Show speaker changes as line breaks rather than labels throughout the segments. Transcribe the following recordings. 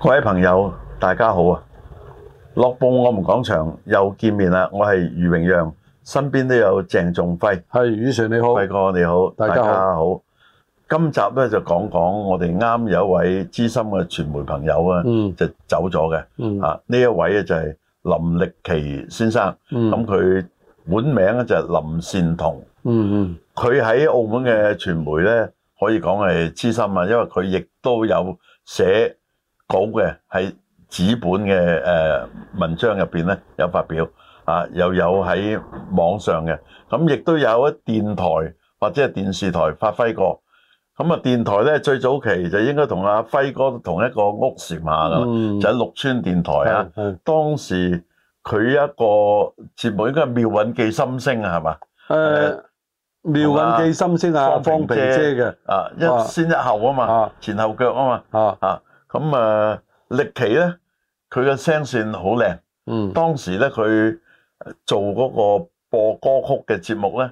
各位朋友，大家好啊！樂報我們講場又見面啦，我係余榮讓，身邊都有鄭仲輝，
係，宇 Sir 你好，
輝哥你好，
大家好
好。今集咧就講講我哋啱有一位資深嘅傳媒朋友啊，
嗯
就走咗嘅
嗯
啊。呢一位咧就係林力奇先生，
嗯
咁佢本名咧就係林善同。
嗯
佢喺澳門嘅傳媒咧，可以講係資深啊，因為佢亦都有寫稿嘅，喺紙本嘅誒、呃文章入邊咧有發表啊，又有喺網上嘅，咁亦都有喺電台或者係電視台發揮過。咁啊，電台咧最早期就應該同阿輝哥同一個屋檐下噶啦，
嗯
就喺綠村電啊台啊。
係係
當時佢一個節目應該係妙韻記心聲啊，係嘛？
誒妙韻記心聲啊，
方
方
平
平
姐
姐嘅
啊，
啊
一先一後啊嘛
啊，
前後腳啊嘛，
啊，
啊咁啊，力奇咧，佢嘅聲線好靚。
嗯
當時咧，佢做嗰個播歌曲嘅節目咧，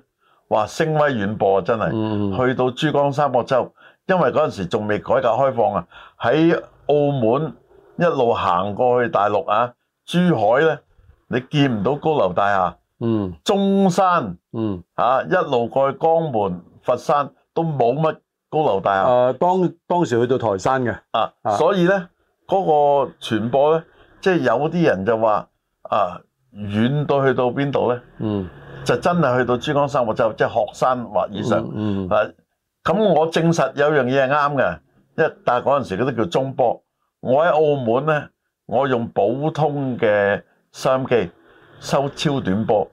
哇，聲威遠播啊，真係。
嗯
去到珠江三角洲，因為嗰陣時仲未改革開放啊，喺澳門一路行過去大陸啊，珠海咧，你見唔到高樓大廈，
嗯
中山
嗯
啊一路過去江門、佛山都冇乜高樓大廈。
誒當當時去到台山嘅，
啊，
啊
所以咧嗰、個傳播咧，即係有啲人就話啊，遠到去到邊度咧，
嗯
就真係去到珠江三角洲，即係學生或以上。
嗯
啊，咁我證實有樣嘢係啱嘅，因為但係嗰陣時嗰啲叫中波。我喺澳門咧，我用普通嘅收音機收超短波，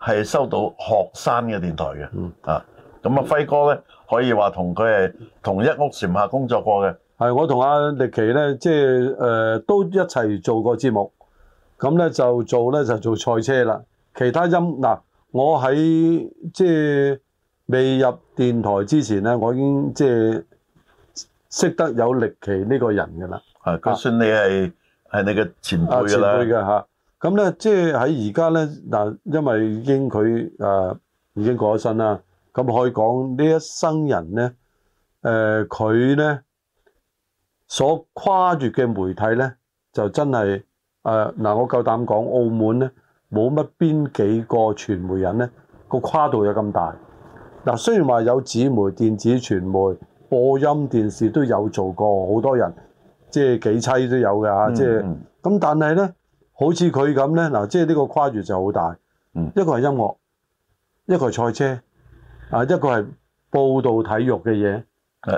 係收到學生嘅電台嘅。
嗯
啊，咁啊輝哥咧可以話同佢係同一屋檐下工作過嘅。
係我同阿力奇咧，即係誒都一齊做過節目，咁咧就做咧就做賽車啦，其他音嗱我喺即係未入電台之前咧，我已經即係識得有力奇呢個人㗎啦。
啊，佢
啊
算你係係你嘅前
啊
輩
前
㗎
輩
啦，
嘅嚇。咁咧，即係喺而家咧嗱，因為已經佢誒、呃已經過咗身啦，咁可以講呢一生人咧，誒佢咧所跨越嘅媒體咧，就真係誒嗱，我夠膽講，澳門咧冇乜邊幾個傳媒人咧個跨度有咁大。嗱，雖然話有紙媒、電子傳媒、播音、電視都有做過，好多人即係幾妻都有嘅嚇，
嗯
啊即係。
嗯
咁但係咧，好似佢咁咧，嗱，即係呢個跨越就好大。
嗯
一個係音樂，一個係賽車，啊，一個係報道體育嘅嘢，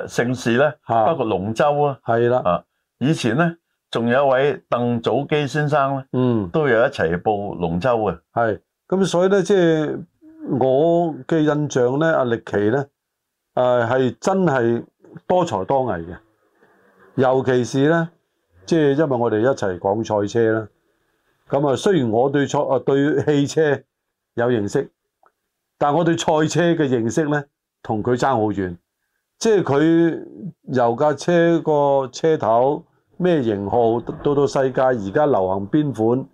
誒姓氏咧，
嚇
包括龍舟啊，
係啦，
以前咧仲有一位鄧祖基先生咧，
嗯，
都有一齊報龍舟嘅。
係。咁所以咧，即係我嘅印象咧，阿力奇咧，誒、係真係多才多藝嘅，尤其是咧，即係因為我哋一齊講賽車啦。咁啊，雖然我對賽啊對汽車有認識，但我對賽車嘅認識咧，同佢爭好遠。即係佢由架車個車頭咩型號，到到世界而家流行邊款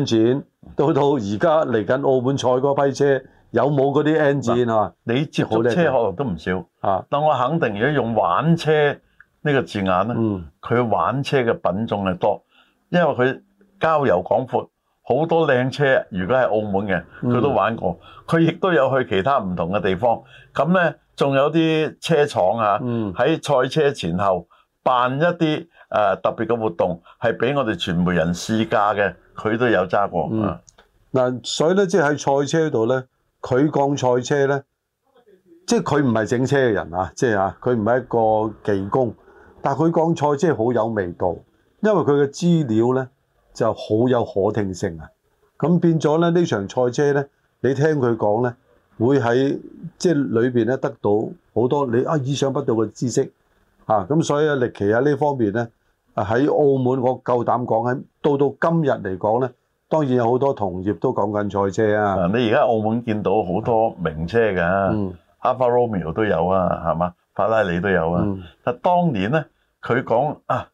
engine，到到而家嚟緊澳門賽嗰批車有冇嗰啲 engine 啊？
你接
好
觸
叻
車
嘅
可能都唔少，
啊，
但我肯定如果用玩車呢個字眼咧，
嗯
佢玩車嘅品種係多，因為佢交遊廣闊，好多靚車。如果係澳門嘅，
嗯
佢都玩過，佢亦都有去其他唔同嘅地方。咁咧，仲有啲車廠啊。
嗯
喺賽車前後辦一啲誒、呃特別嘅活動，係俾我哋傳媒人試駕嘅，佢都有揸過。
嗯
啊
嗱，所以咧，即係喺賽車度咧，佢講賽車咧，即係佢唔係整車嘅人啊，即係啊，佢唔係一個技工，但係佢講賽車好有味道，因為佢嘅資料咧就好有可聽性啊。咁變咗咧，呢場賽車咧，你聽佢講咧，會喺即係裏邊咧得到好多你啊意想不到嘅知識啊。咁所以啊，力奇喺呢方面咧，啊喺澳門我夠膽講喺到到今日嚟講咧。當然有好多同業都講緊賽車啊，
啊你而家澳門見到好多名車㗎，
嗯
Alfa Romeo 都有啊，係嘛？法拉利都有啊。
嗯，
但當年咧，佢講啊，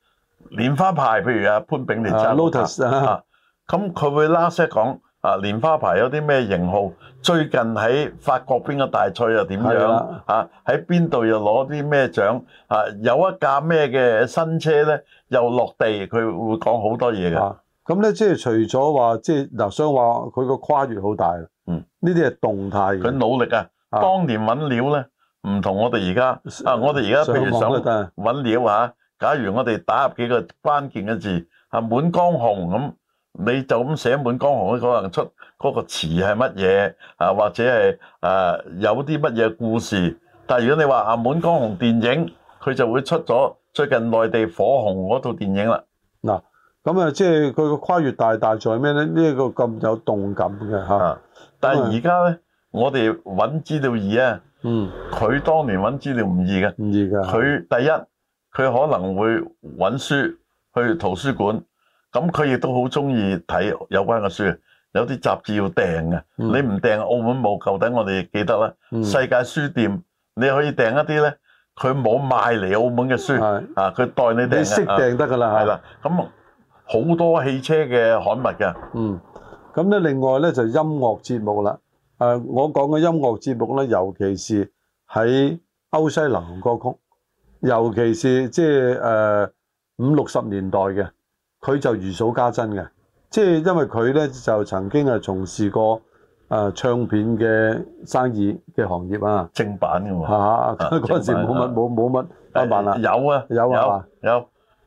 蓮花牌，譬如啊潘炳烈揸
啊
過
Lotus 啊，
啊，咁佢會拉 set 講啊蓮花牌有啲咩型號？最近喺法國邊個大賽又點
係
樣
啦？
啊，喺邊度又攞啲咩獎？啊，有一架咩嘅新車咧，又落地，佢會講好多嘢嘅。
啊，咁咧即係除咗話即係嗱，想話佢個跨越好大啦。啊
嗯，
呢啲係動態
佢
嘅。
努力啊！
啊
當年揾料咧，唔同我哋而家啊！我哋而家譬如
上網都
想
得
揾料啊，假如我哋打入幾個關鍵嘅字啊，滿江紅咁，你就咁寫滿江紅，可能出嗰個詞係乜嘢啊，或者係啊有啲乜嘢故事。但係如果你話啊滿江紅電影，佢就會出咗最近內地火紅嗰套電影啦。
嗱，咁啊，即係佢個跨越大大在咩咧？呢一個咁有動感嘅嚇。
啊，但係而家咧，我哋揾資料易啊，
嗯，
佢當年揾資料唔易嘅。
唔易㗎。
佢第一，佢可能會揾書去圖書館，咁佢亦都好中意睇有關嘅書。有啲雜誌要訂嘅，
嗯
你唔訂澳門冇，舊底我哋記得啦。
嗯
世界書店你可以訂一啲咧，佢冇賣嚟澳門嘅書，
係
啊，佢代你訂
你識
嘅，啊
訂得㗎啦。
係。啦。咁好多汽車嘅刊物嘅，
嗯，咁咧另外咧就音樂節目啦。誒、我講嘅音樂節目咧，尤其是喺歐西流行歌曲，尤其是即係誒五六十年代嘅，佢就如數家珍嘅。即係因為佢咧就曾經係從事過誒、呃唱片嘅生意嘅行業啊。
正版嘅喎。
嚇、
啊
啊！嗰陣時冇乜冇冇乜翻版啦。
有啊，
有啊
有有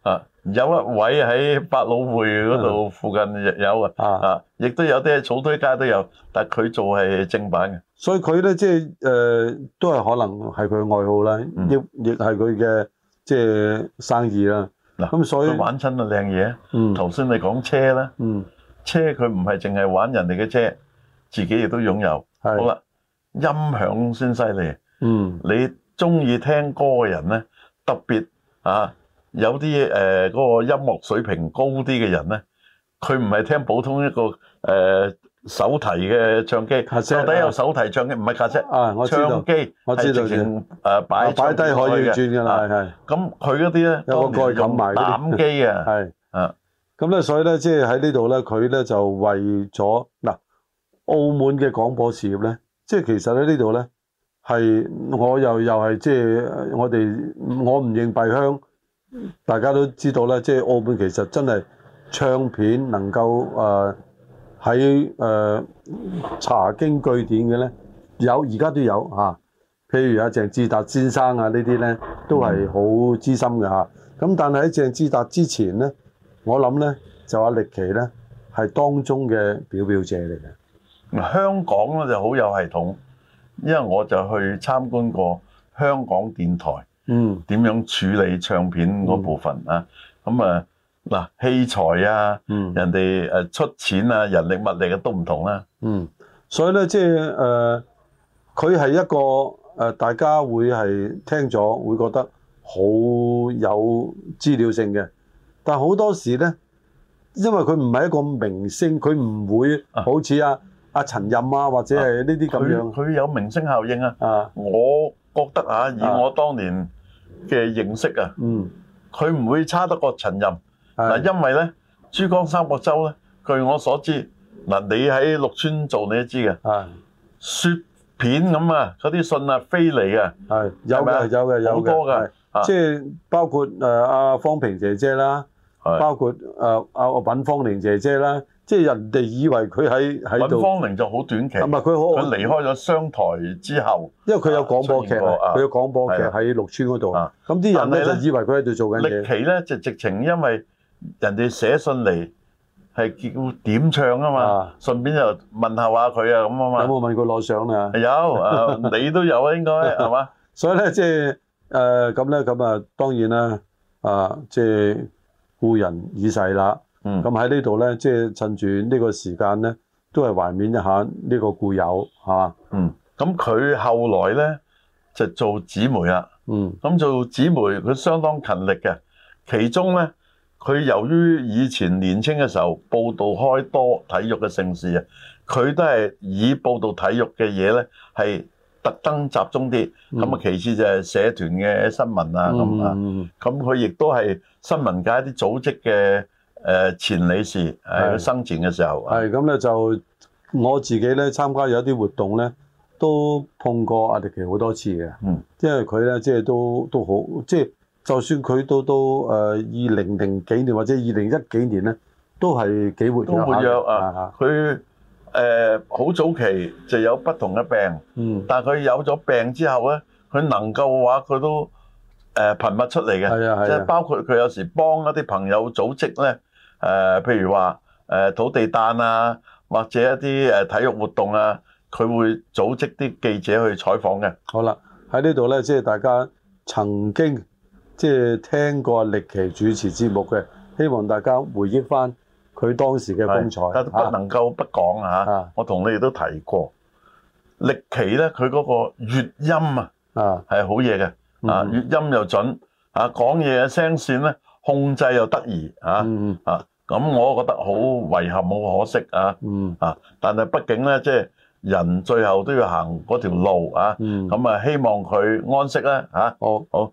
啊，有一位喺百老匯嗰
嗯
度附近有啊，
啊
啊，亦都有啲喺草堆街都有，但係佢做係正版嘅，
所以佢咧即係誒，都係可能係佢嘅愛好啦，
嗯
亦亦係佢嘅即係生意啦。
嗱
咁所以
佢玩親啊靚嘢。
嗯
頭先你講車啦，
嗯
車佢唔係淨係玩人哋嘅車，自己亦都擁有。
係
好啦，音響先犀利，
嗯
你中意聽歌嘅人咧，特別啊有啲誒嗰個音樂水平高啲嘅人咧，佢唔係聽普通一個誒、呃手提嘅唱機，
卡式
到底有
啊
手提唱機唔係卡式，
啊，我知
唱
道
機
我知道
係直情誒擺
擺低可以
唱機
轉㗎
啊
啦，係
咁佢嗰啲咧，
有個蓋冚
當年
埋嗰啲
用膽機
係
嘅，
係
啊，
咁咧，所以咧即係喺呢度咧，佢咧就為咗嗱澳門嘅廣播事業咧，即係其實咧呢度咧係我又又係即係我哋我唔認幣香，大家都知道啦，即係澳門其實真係唱片能夠誒喺誒查經據典嘅咧，有而家都有嚇、啊譬如阿鄭志達先生啊呢啲咧，都係好資深嘅嚇。咁、但係喺鄭志達之前咧，我諗咧就阿力奇咧係當中嘅表表者嚟嘅。
香港咧就好有 系統，因為我就去參觀過香港電台。
嗯
點樣處理唱片嗰部分啊？咁啊嗱，器材啊，
嗯
人哋誒出錢啊，人力物力嘅都唔同啦。
嗯，所以咧即係誒，呃佢、係一個誒、呃大家會係聽咗會覺得好有資料性嘅，但好多時咧，因為佢唔係一個明星，佢唔會
啊
好似阿阿陳任啊或者係呢啲咁
佢
樣
佢有明星效應啊！
啊，
我覺得啊，以
啊
我當年嘅認識啊，
嗯，
佢唔會差得過陳任嗱，
係
因為咧珠江三角洲咧，據我所知嗱，你喺綠村做你都知嘅，
係
雪片咁啊，嗰啲信啊飛嚟嘅，
係有
係咪啊
嘅有嘅有
好
嘅，
多㗎
係，
啊
即係包括誒阿方平姐姐啦，
係
包括誒阿尹芳玲姐姐啦，即係人哋以為佢喺喺
尹
度。啊
芳玲就好短期，
唔
佢
係佢好，
離開咗商台之後。
因為佢有廣播劇啊
出現過啊
佢有廣播劇
係啊
喺綠村嗰度
啊，
咁啲人咧
但係呢
就以為佢喺度做緊
力啊
嘢，
奇咧就直情因為人哋寫信嚟係叫點唱啊嘛
啊，
順便就問候下佢啊咁啊
有
嘛。
冇問佢攞相啊？
有啊， 你都有啊，應該係嘛？
所以咧，即係誒咁咧，咁啊當然啦，啊即係故人已逝啦。
嗯
咁喺呢度咧，即係趁住呢個時間咧，都係懷緬一下呢個故友，啊係嘛？
嗯，咁佢後來咧就做紙媒啦。
嗯
咁做紙媒佢相當勤力嘅，其中咧佢由於以前年青嘅時候報道開多體育嘅盛事啊，佢都係以報道體育嘅嘢咧係特登集中啲。
嗯
咁啊，其次就係社團嘅新聞啊咁啊，
嗯
咁佢亦都係新聞界一啲組織嘅誒前理事係佢
係
生前嘅時候啊，
係咁咧就我自己咧參加有一啲活動咧，都碰過阿迪奇好多次嘅。
嗯，
因為佢咧即係都都好，即係就算佢到到誒呃二零零幾年或者二零一幾年咧，都係幾活躍
都
下
活
嘅
躍啊！，佢誒好早期就有不同嘅病，
嗯，
但係佢有咗病之後咧，佢能夠嘅話佢都誒頻密出嚟嘅。
係啊
即
係
係
啊，
包括佢有時幫一啲朋友組織咧，誒、譬如話誒、土地誕啊，或者一啲誒體育活動啊，佢會組織啲記者去採訪嘅。
好啦，喺呢度咧，即係大家曾經即係聽過阿力奇主持節目嘅，希望大家回憶翻佢當時嘅風
係
采
但不能夠不講啊！
啊
我同你哋都提過，歷奇咧佢嗰個粵音啊
啊
係好嘢嘅，啊
嗯
粵音又準，啊講嘢嘅聲線咧控制又得宜啊
嗯
啊！咁我覺得好遺憾，好可惜啊！
嗯
啊，但係畢竟咧，即係人最後都要行嗰條路啊。
嗯，
咁啊，希望佢安息啦嚇。
好
好。